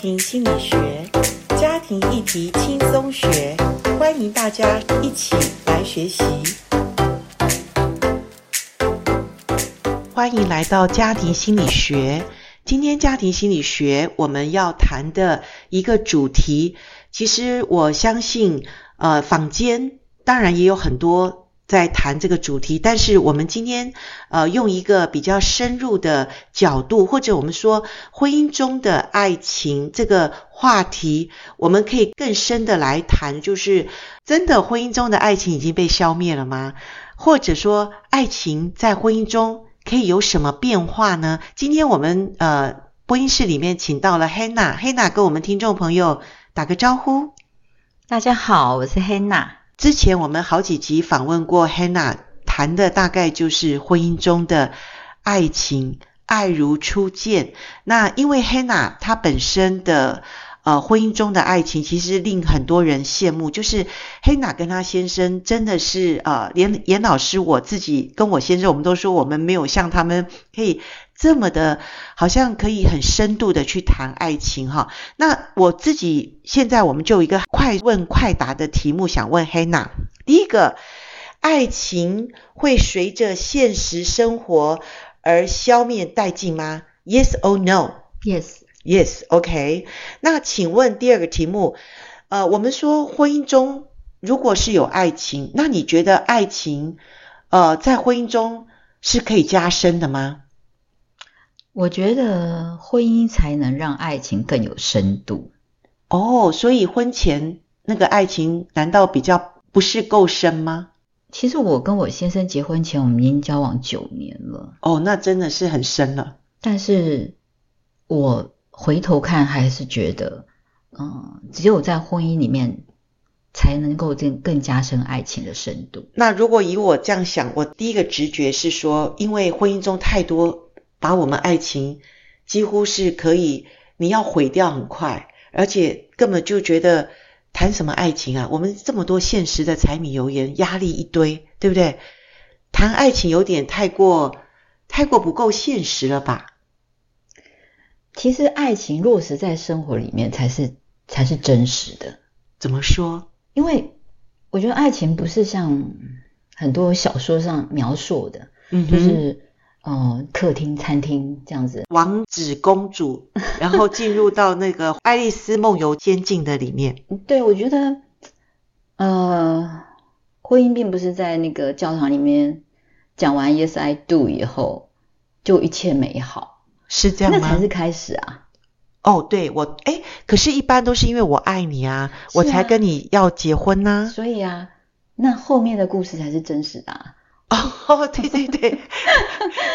庭心理学，家庭议题轻松学，欢迎大家一起来学习。欢迎来到家庭心理学。今天家庭心理学我们要谈的一个主题，其实我相信，呃，坊间当然也有很多在谈这个主题，但是我们今天呃用一个比较深入的角度，或者我们说婚姻中的爱情这个话题，我们可以更深的来谈，就是真的婚姻中的爱情已经被消灭了吗？或者说爱情在婚姻中可以有什么变化呢？今天我们呃播音室里面请到了 Hanna，Hanna 跟我们听众朋友打个招呼。大家好，我是 Hanna。之前我们好几集访问过 Hannah，谈的大概就是婚姻中的爱情，爱如初见。那因为 Hannah 她本身的呃婚姻中的爱情，其实令很多人羡慕，就是 Hannah 跟她先生真的是呃，连严老师我自己跟我先生，我们都说我们没有像他们可以这么的，好像可以很深度的去谈爱情哈。那我自己现在我们就有一个快问快答的题目，想问 Hannah。第一个，爱情会随着现实生活而消灭殆尽吗？Yes or no？Yes，OK、 Yes，那请问第二个题目，呃，我们说婚姻中如果是有爱情，那你觉得爱情，呃，在婚姻中是可以加深的吗？我觉得婚姻才能让爱情更有深度。哦，所以婚前那个爱情难道比较不是够深吗？其实我跟我先生结婚前，我们已经交往九年了，哦，那真的是很深了。但是我回头看还是觉得，嗯，只有在婚姻里面才能够更更加深爱情的深度。那如果以我这样想，我第一个直觉是说，因为婚姻中太多把我们爱情几乎是可以你要毁掉很快，而且根本就觉得谈什么爱情啊，我们这么多现实的柴米油盐压力一堆，对不对？谈爱情有点太过太过不够现实了吧？其实爱情落实在生活里面才是才是真实的，怎么说？因为我觉得爱情不是像很多小说上描述的，嗯就哼。是呃客厅、餐厅这样子。王子公主，然后进入到那个《爱丽丝梦游仙境》的里面。对，我觉得，呃，婚姻并不是在那个教堂里面讲完 “Yes I do” 以后就一切美好，是这样那才吗是？开始啊。哦，对我，哎，可是，一般都是因为我爱你啊，我是啊才跟你要结婚呢、所以啊，那后面的故事才是真实的啊。哦，对对 对，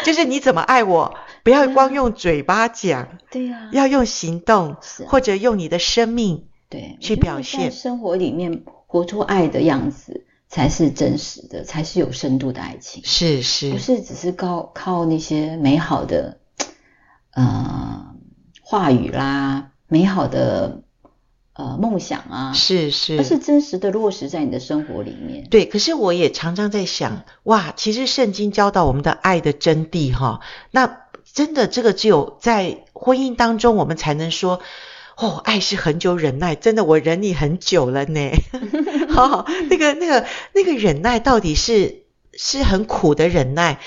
就是你怎么爱我，不要光用嘴巴讲，对呀，要用行动，是啊或者用你的生命。对，我去觉表得在现生活里面活出爱的样子，才是真实的，才是有深度的爱情，是是不，是只是靠靠那些美好的呃话语啦，美好的呃梦想啊，是而是是真实的落实在你的生活里面。对，可是我也常常在想，哇，其实圣经教导我们的爱的真谛哈，那真的这个只有在婚姻当中，我们才能说，哦，爱是很久忍耐，真的我忍你很久了呢。哦，那个那个那个忍耐到底是是很苦的忍耐，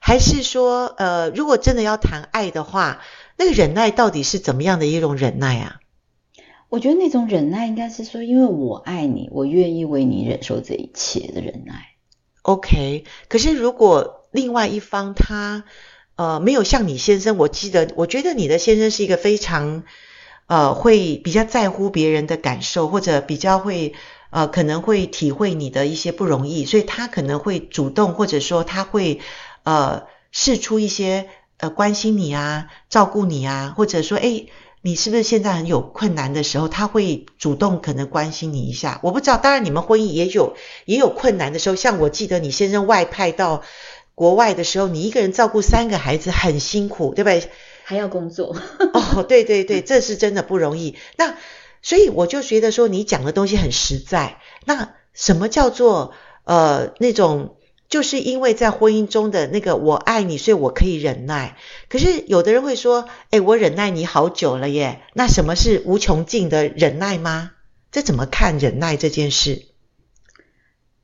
还是说，呃，如果真的要谈爱的话，那个忍耐到底是怎么样的一种忍耐啊？我觉得那种忍耐应该是说，因为我爱你，我愿意为你忍受这一切的忍耐。 OK，可是如果另外一方他呃没有像你先生，我记得我觉得你的先生是一个非常呃会比较在乎别人的感受，或者比较会呃可能会体会你的一些不容易，所以他可能会主动或者说他会呃试出一些呃关心你啊、照顾你啊，或者说诶你是不是现在很有困难的时候，他会主动可能关心你一下？我不知道，当然你们婚姻也有也有困难的时候，像我记得你先生外派到国外的时候，你一个人照顾三个孩子很辛苦，对不对？ 还要工作，哦，对对对，这是真的不容易。那所以我就觉得说，你讲的东西很实在。那什么叫做呃那种就是因为在婚姻中的那个我爱你，所以我可以忍耐。可是有的人会说，哎，我忍耐你好久了耶，那什么是无穷尽的忍耐吗？这怎么看忍耐这件事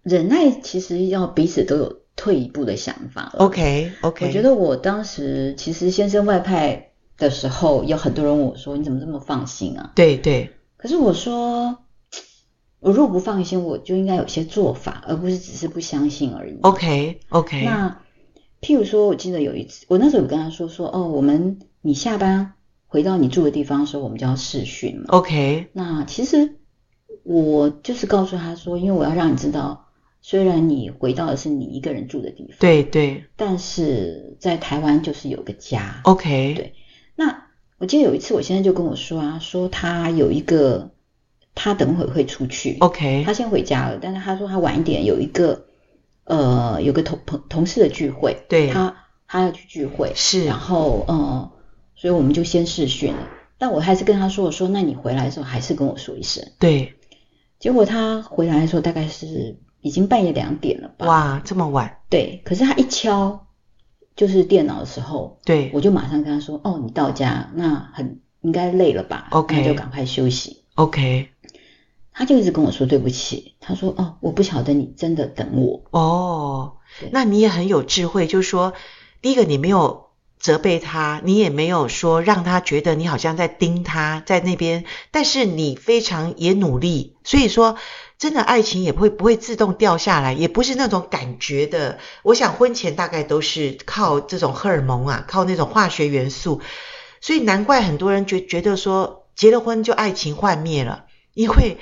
忍耐其实要彼此都有退一步的想法了。 ？OK OK，我觉得我当时其实先生外派的时候，有很多人问我说：“你怎么这么放心啊对对，？”可是我说，我若不放心，我就应该有些做法，而不是只是不相信而已。 OK OK，那譬如说，我记得有一次，我那时候有跟他说说：“哦，我们你下班回到你住的地方的时候，我们就要试训嘛。 OK 那其实我就是告诉他说，因为我要让你知道，虽然你回到的是你一个人住的地方，对对但是在台湾就是有个家。 OK 对那我记得有一次，我先生就跟我说啊，说他有一个，他等会会出去 OK 他先回家了，但是他说他晚一点有一个，呃，有个同朋同事的聚会，对他他要去聚会，是然后呃，所以我们就先试训了。但我还是跟他说，我说那你回来的时候还是跟我说一声。对结果他回来的时候大概是已经半夜两点了吧？，哇这么晚对，可是他一敲就是电脑的时候，对我就马上跟他说：“哦，你到家，那很应该累了吧 OK 那就赶快休息。 OK 他就一直跟我说对不起，他说：“哦，我不晓得你真的等我。哦对，那你也很有智慧，就是说第一个你没有。责备他，你也没有说让他觉得你好像在盯他，在那边，但是你非常也努力，所以说真的爱情也不会不会自动掉下来，也不是那种感觉的。我想婚前大概都是靠这种荷尔蒙啊，靠那种化学元素，所以难怪很多人觉觉得说结了婚就爱情幻灭了。因为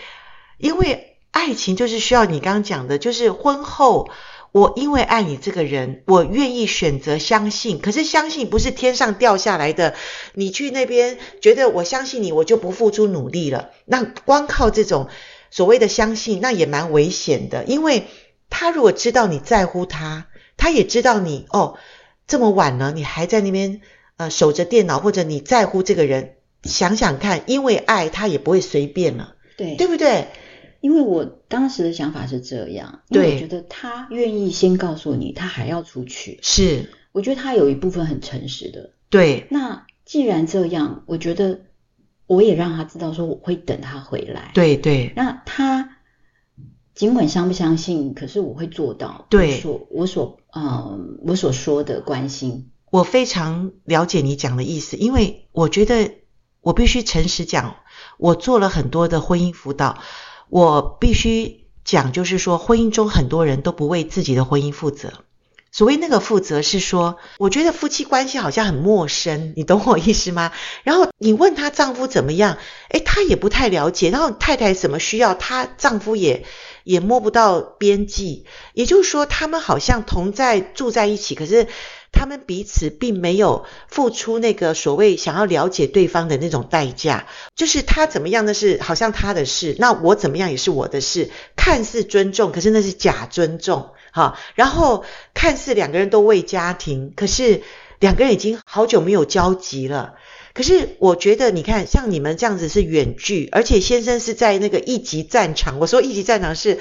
因为爱情就是需要你刚刚讲的，就是婚后我因为爱你这个人，我愿意选择相信。可是相信不是天上掉下来的，你去那边觉得我相信你，我就不付出努力了。那光靠这种所谓的相信，那也蛮危险的，因为他如果知道你在乎他，他也知道你哦，这么晚了，你还在那边呃守着电脑，或者你在乎这个人。想想看，因为爱他也不会随便了。”对对不对？因为我当时的想法是这样，因为对我觉得他愿意先告诉你他还要出去，是，我觉得他有一部分很诚实的。对，那既然这样，我觉得我也让他知道说我会等他回来。对，对，那他尽管相不相信，可是我会做到。对我所我所嗯，我所说的关心，我非常了解你讲的意思，因为我觉得我必须诚实讲，我做了很多的婚姻辅导，我必须讲，就是说，婚姻中很多人都不为自己的婚姻负责。所谓那个负责是说，我觉得夫妻关系好像很陌生，你懂我意思吗？然后你问她丈夫怎么样，诶，她也不太了解，然后太太什么需要，她丈夫也也摸不到边际，也就是说，他们好像同在住在一起，可是他们彼此并没有付出那个所谓想要了解对方的那种代价，就是他怎么样那是好像他的事，那我怎么样也是我的事，看似尊重，可是那是假尊重，哈。然后看似两个人都为家庭，可是两个人已经好久没有交集了。可是我觉得，你看，像你们这样子是远距，而且先生是在那个一级战场。我说一级战场是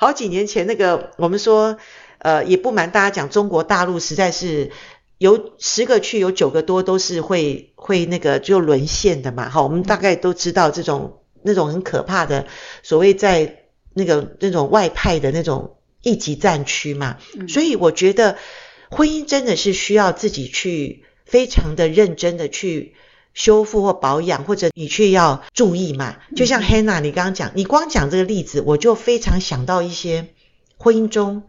好几年前那个，我们说，呃，也不瞒大家讲，中国大陆实在是有十个区有九个多都是会会那个就沦陷的嘛。哈，我们大概都知道这种那种很可怕的所谓在那个那种外派的那种一级战区嘛。嗯所以我觉得婚姻真的是需要自己去非常的认真的去修复或保养，或者你去要注意嘛。就像 Hannah 你刚刚讲，你光讲这个例子，我就非常想到一些婚姻中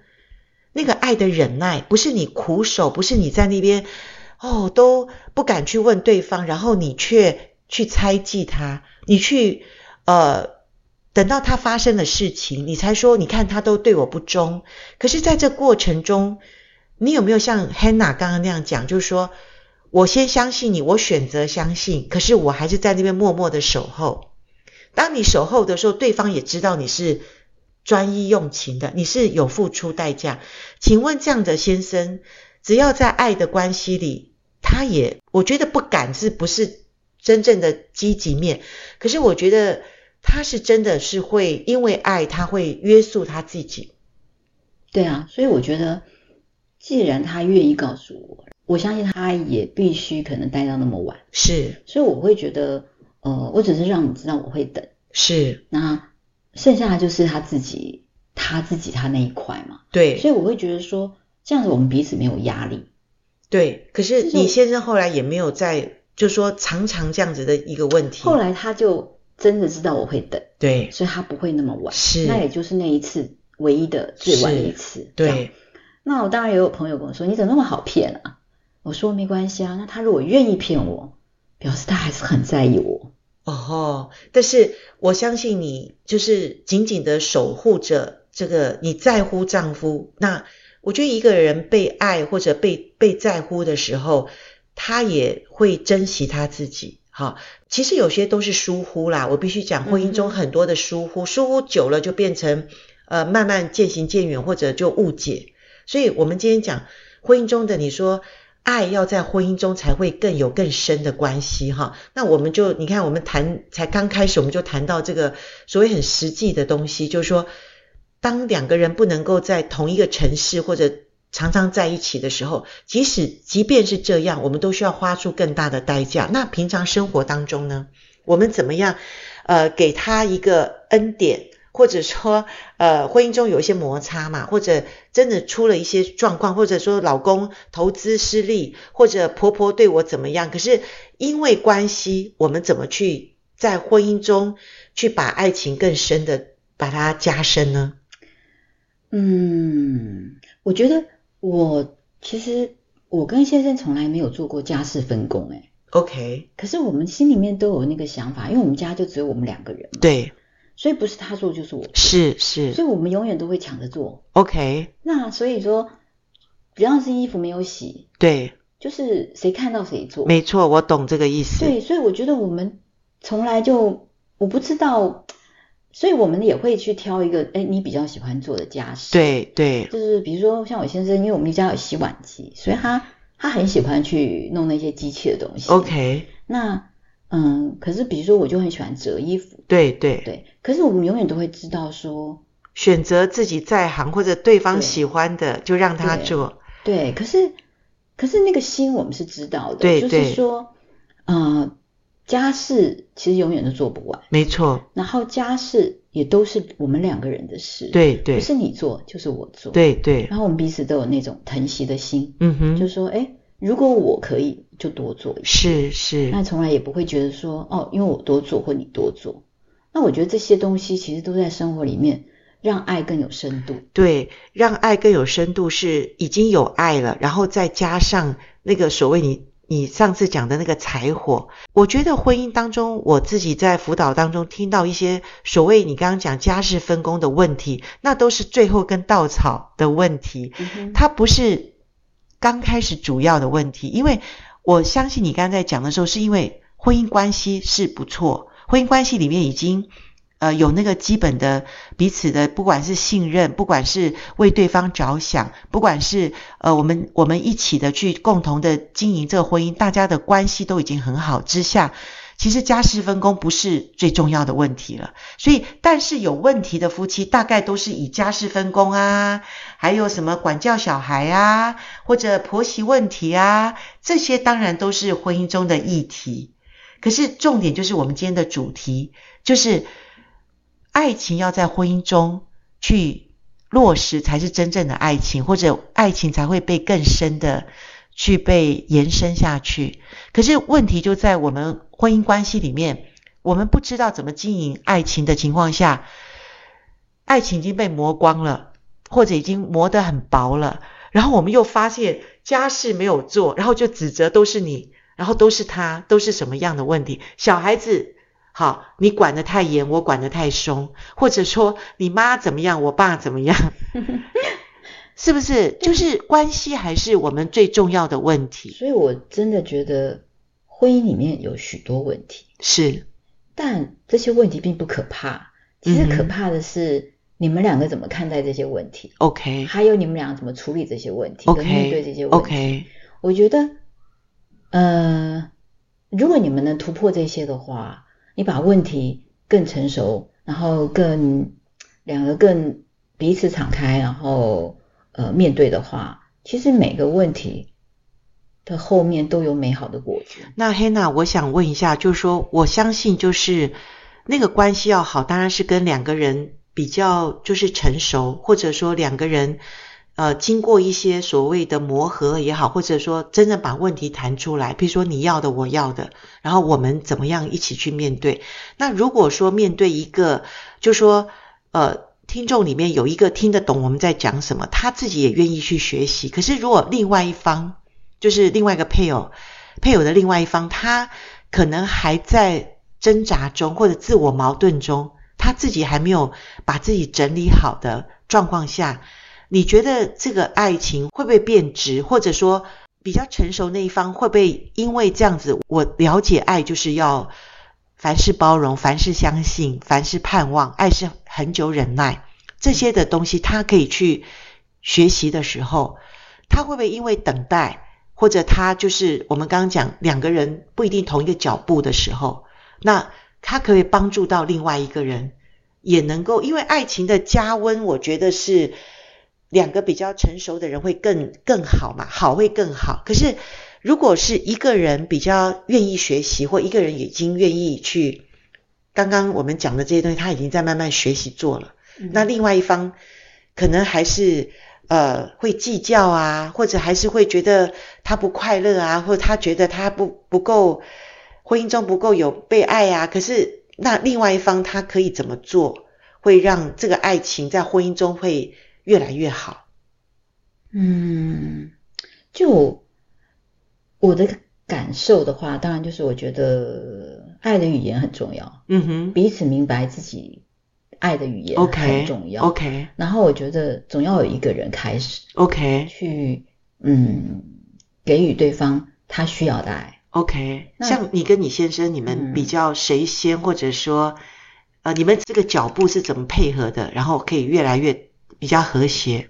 那个爱的忍耐，不是你苦守，不是你在那边哦都不敢去问对方，然后你却去猜忌他，你去呃。等到他发生的事情，你才说，你看他都对我不忠，可是，在这过程中，你有没有像 Hannah 刚刚那样讲，就是说我先相信你，我选择相信，可是我还是在那边默默的守候。当你守候的时候，对方也知道你是专一用情的，你是有付出代价。请问这样的先生，只要在爱的关系里，他也我觉得不敢是不是真正的积极面，可是我觉得他是真的是会因为爱，他会约束他自己。对啊，所以我觉得，既然他愿意告诉我，我相信他也必须可能待到那么晚，是所以我会觉得，呃，我只是让你知道我会等，是，那剩下的就是他自己，他自己他那一块嘛，对所以我会觉得说，这样子我们彼此没有压力，对。可是就是你我先生后来也没有在，就说常常这样子的一个问题。后来他就真的知道我会等，对所以他不会那么晚，是那也就是那一次唯一的最晚的是一次，这样对那我当然也有朋友跟我说：“你怎么那么好骗啊？”我说：“没关系啊，那他如果愿意骗我，表示他还是很在意我。哦吼，但是我相信你就是紧紧的守护着这个你在乎丈夫。那我觉得一个人被爱或者被被在乎的时候，他也会珍惜他自己。哈，其实有些都是疏忽啦。我必须讲，婚姻中嗯哼很多的疏忽，疏忽久了就变成呃慢慢渐行渐远，或者就误解。所以我们今天讲婚姻中的，你说爱要在婚姻中才会更有更深的关系哈。那我们就你看，我们谈才刚开始，我们就谈到这个所谓很实际的东西，就是说，当两个人不能够在同一个城市或者常常在一起的时候，即使即便是这样，我们都需要花出更大的代价。那平常生活当中呢，我们怎么样呃给他一个恩典，或者说呃婚姻中有一些摩擦嘛，或者真的出了一些状况，或者说老公投资失利，或者婆婆对我怎么样，可是因为关系，我们怎么去在婚姻中去把爱情更深的把它加深呢？”嗯，我觉得我其实我跟先生从来没有做过家事分工、欸， ？OK，可是我们心里面都有那个想法，因为我们家就只有我们两个人嘛，对，所以不是他做就是我做，是是所以我们永远都会抢着做。 ，OK，那所以说，只要是衣服没有洗，对，就是谁看到谁做，没错，我懂这个意思。对，所以我觉得我们从来就我不知道，所以我们也会去挑一个，哎，你比较喜欢做的家事。，对对就是比如说像我先生，因为我们家有洗碗机，所以他他很喜欢去弄那些机器的东西。 ，OK，那嗯，可是比如说我就很喜欢折衣服，对对对，可是我们永远都会知道说，选择自己在行或者对方对喜欢的，就让他对做。对，可是可是那个心我们是知道的，对就对是说，呃，家事其实永远都做不完。没错，然后家事也都是我们两个人的事，，对对不是你做就是我做，。对对，然后我们彼此都有那种疼惜的心，嗯就哼，说，哎，如果我可以，就多做一些。是是，那从来也不会觉得说，哦，因为我多做或你多做。那我觉得这些东西其实都在生活里面，让爱更有深度。对，让爱更有深度是已经有爱了，然后再加上那个所谓你你上次讲的那个柴火，我觉得婚姻当中，我自己在辅导当中听到一些所谓你刚刚讲家事分工的问题，那都是最后跟稻草的问题，嗯哼它不是刚开始主要的问题，因为我相信你刚才讲的时候，是因为婚姻关系是不错，婚姻关系里面已经呃有那个基本的彼此的，不管是信任，不管是为对方着想，不管是呃我们我们一起的去共同的经营这个婚姻，大家的关系都已经很好之下。其实家事分工不是最重要的问题了，所以但是有问题的夫妻大概都是以家事分工啊，还有什么管教小孩啊，或者婆媳问题啊，这些当然都是婚姻中的议题。可是重点就是我们今天的主题，就是爱情要在婚姻中去落实，才是真正的爱情，或者爱情才会被更深的去被延伸下去。可是问题就在我们婚姻关系里面，我们不知道怎么经营爱情的情况下，爱情已经被磨光了，或者已经磨得很薄了。然后我们又发现家事没有做，然后就指责都是你，然后都是他，都是什么样的问题？小孩子，好，你管得太严，我管得太松，或者说你妈怎么样，我爸怎么样， 是不是？就是关系还是我们最重要的问题。所以我真的觉得婚姻里面有许多问题，是，但这些问题并不可怕，其实嗯哼可怕的是你们两个怎么看待这些问题， OK 还有你们俩怎么处理这些问题，跟面对这些 OK 问题。 OK 我觉得，呃，如果你们能突破这些的话，你把问题更成熟，然后更两个更彼此敞开，然后呃面对的话，其实每个问题的后面都有美好的果子。那 Hannah，我想问一下，就是说，我相信就是那个关系要好，当然是跟两个人比较就是成熟，或者说两个人呃经过一些所谓的磨合也好，或者说真正把问题谈出来，比如说你要的我要的，然后我们怎么样一起去面对。那如果说面对一个，就说呃。听众里面有一个听得懂我们在讲什么，他自己也愿意去学习。可是如果另外一方，就是另外一个配偶，配偶的另外一方，他可能还在挣扎中或者自我矛盾中，他自己还没有把自己整理好的状况下，你觉得这个爱情会不会变质，或者说比较成熟那一方会不会因为这样子？我了解爱就是要。凡事包容，凡事相信，凡事盼望，爱是很久忍耐，这些的东西，他可以去学习的时候，他会不会因为等待，或者他就是我们刚刚讲两个人不一定同一个脚步的时候，那他可以帮助到另外一个人，也能够因为爱情的加温，我觉得是两个比较成熟的人会更更好嘛，好会更好，可是。如果是一个人比较愿意学习，或一个人已经愿意去，刚刚我们讲的这些东西，他已经在慢慢学习做了。嗯、那另外一方可能还是呃会计较啊，或者还是会觉得他不快乐啊，或者他觉得他不不够婚姻中不够有被爱啊。可是那另外一方他可以怎么做，会让这个爱情在婚姻中会越来越好？嗯，就。我的感受的话，当然就是我觉得爱的语言很重要，嗯哼，彼此明白自己爱的语言很重要。 OK，, okay. 然后我觉得总要有一个人开始，OK，去嗯给予对方他需要的爱。 OK，像你跟你先生，你们比较谁先，嗯、或者说呃你们这个脚步是怎么配合的，然后可以越来越比较和谐？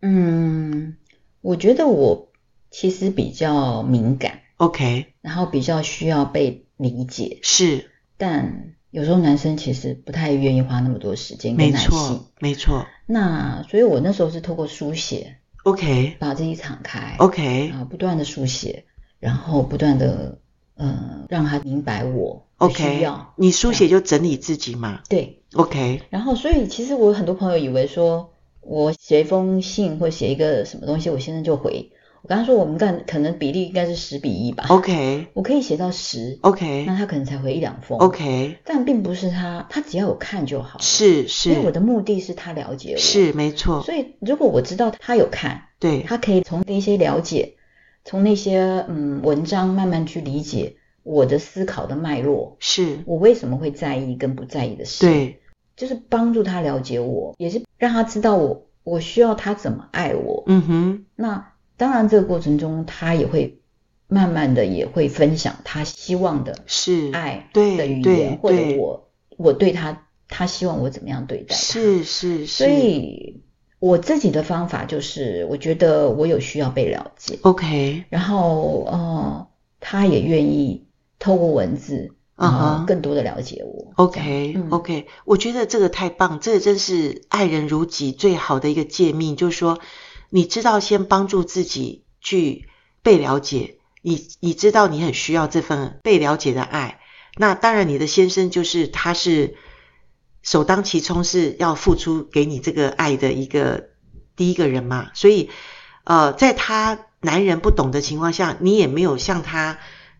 嗯，我觉得我。其实比较敏感，OK，然后比较需要被理解，是。但有时候男生其实不太愿意花那么多时间跟没耐心错，，没错那所以我那时候是透过书写，OK，OK，、把自己敞开 OK 然后不断的书写，然后不断的呃让他明白我的 OK 需要，你书写就整理自己嘛对。 ，OK，然后所以其实我有很多朋友以为说我写一封信或写一个什么东西，我先生就回。我跟他说我们干可能比例应该是十比一吧。哦 OK，OK，OK，、我可以写到十啊那他可能才回一两封。但并不是他，他只要有看就好。是因为我是的目的是他了解我。。是，没错，所以如果我知道他有看，对他可以从那些了解，从那些嗯文章慢慢去理解我的思考的脉络，是，我为什么会在意跟不在意的事。。对就是帮助他了解我，也是让他知道我我需要他怎么爱我。嗯哼，那当然，这个过程中他也会慢慢的也会分享他希望的是，爱对的语对言，或者对我我对他，他希望我怎么样对待他。，是是是，所以我自己的方法就是，我觉得我有需要被了解， OK，然后呃，他也愿意透过文字啊哈啊、呃更多的了解我。这 OK 样嗯 OK，我觉得这个太棒，这真是爱人如己最好的一个诫命，就是说，你知道先帮助自己去被了解，你你知道你很需要这份被了解的爱。那当然，你的先生就是他是首当其冲是要付出给你这个爱的一个第一个人嘛，所以呃，在他男人不懂的情况下，你也没有向他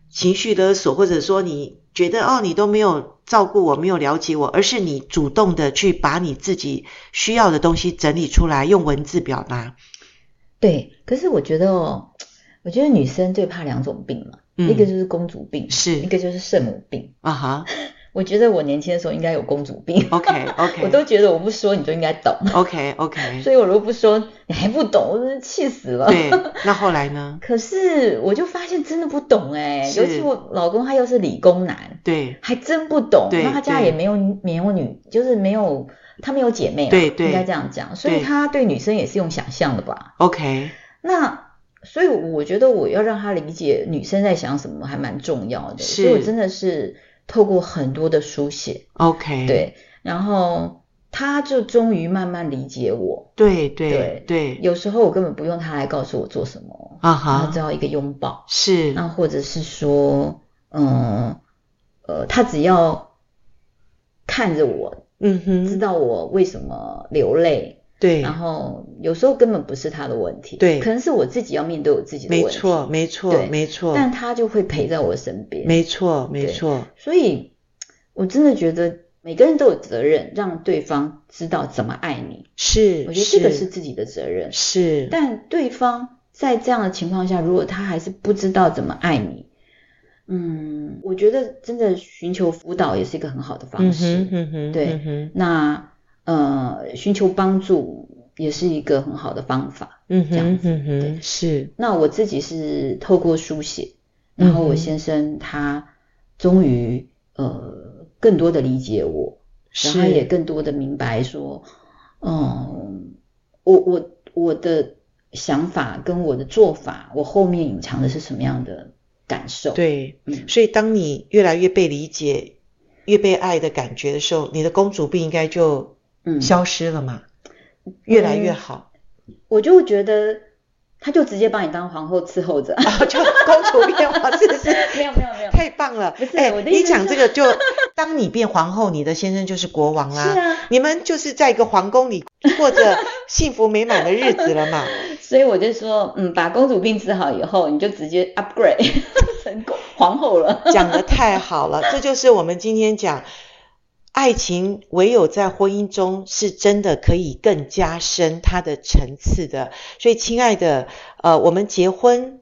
情绪勒索，或者说你觉得哦，你都没有照顾我，没有了解我，而是你主动的去把你自己需要的东西整理出来，用文字表达。对，可是我觉得哦，我觉得女生最怕两种病嘛，嗯一个就是公主病，是一个就是圣母病。啊哈我觉得我年轻的时候应该有公主病， ，OK 我都 OK 嗯觉得我不说你就应该懂， OK OK，所以我如果不说你还不懂，我真是气死了。 对，那后来呢？可是我就发现真的不懂哎、是尤其我老公他又是理工男，对还真不懂。对那他家对也没有没有女，就是没有他没有姐妹、啊，对对应该这样讲。所以对他对女生也是用想象的吧？ ，OK 那所以我觉得我要让他理解女生在想什么还蛮重要的。是所以我真的是透过很多的书写，嗯 OK，，对，然后他就终于慢慢理解我。对对对，有时候我根本不用他来告诉我做什么，啊他哈只，要一个拥抱，是那或者是说，嗯呃，他只要看着我，嗯知哼，道我为什么流泪，对，然后有时候根本不是他的问题，对可能是我自己要面对我自己的没问题，错没错对没错，但他就会陪在我身边，嗯没错没对错，所以我真的觉得每个人都有责任让对方知道怎么爱你，是，我觉得这个是自己的责任。是，但对方在这样的情况下，如果他还是不知道怎么爱你，嗯，我觉得真的寻求辅导也是一个很好的方嗯式。哼嗯哼，对嗯哼那呃，寻求帮助也是一个很好的方法。嗯这样哼子嗯对哼，是，那我自己是透过书写，然后嗯我哼先生他终于呃更多的理解我，然后他是也更多的明白说，嗯，我我我的想法跟我的做法，我后面隐藏的是什么样的感受？，对，嗯所以当你越来越被理解、越被爱的感觉的时候，你的公主病应该就嗯，消失了嘛，越来越好， 我就觉得他就直接把你当皇后伺候着， 然后就啊公主变化，是不是？没有没有没有，太棒了！不是哎我的意思你是讲说这个 就，当你变皇后，你的先生就是国王啦。是啊，你们就是在一个皇宫里过着幸福美满的日子了嘛？所以我就说，嗯，把公主病治好以后，你就直接 upgrade 成公皇后了。 讲的太好了，这就是我们今天讲，爱情唯有在婚姻中是真的可以更加深它的层次的。所以，亲爱的，呃，我们结婚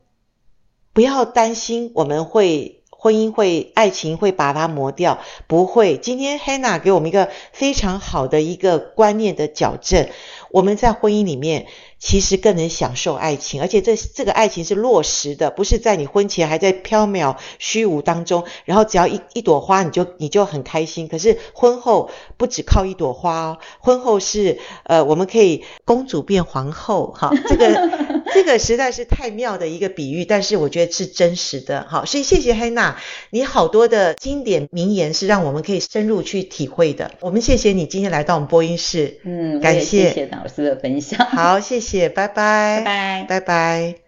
不要担心我们会婚姻会爱情会把它磨掉，不会。今天 Hannah 给我们一个非常好的一个观念的矫正，我们在婚姻里面其实更能享受爱情，而且这这个爱情是落实的，不是在你婚前还在缥缈虚无当中，然后只要一一朵花你就你就很开心。可是婚后不只靠一朵花哦，婚后是呃我们可以公主变皇后，哈，这个这个实在是太妙的一个比喻，但是我觉得是真实的，好，所以谢谢黑娜，你好多的经典名言是让我们可以深入去体会的。我们谢谢你今天来到我们播音室，嗯，我也感谢谢谢老师的分享，好，谢谢，拜拜，拜拜。拜拜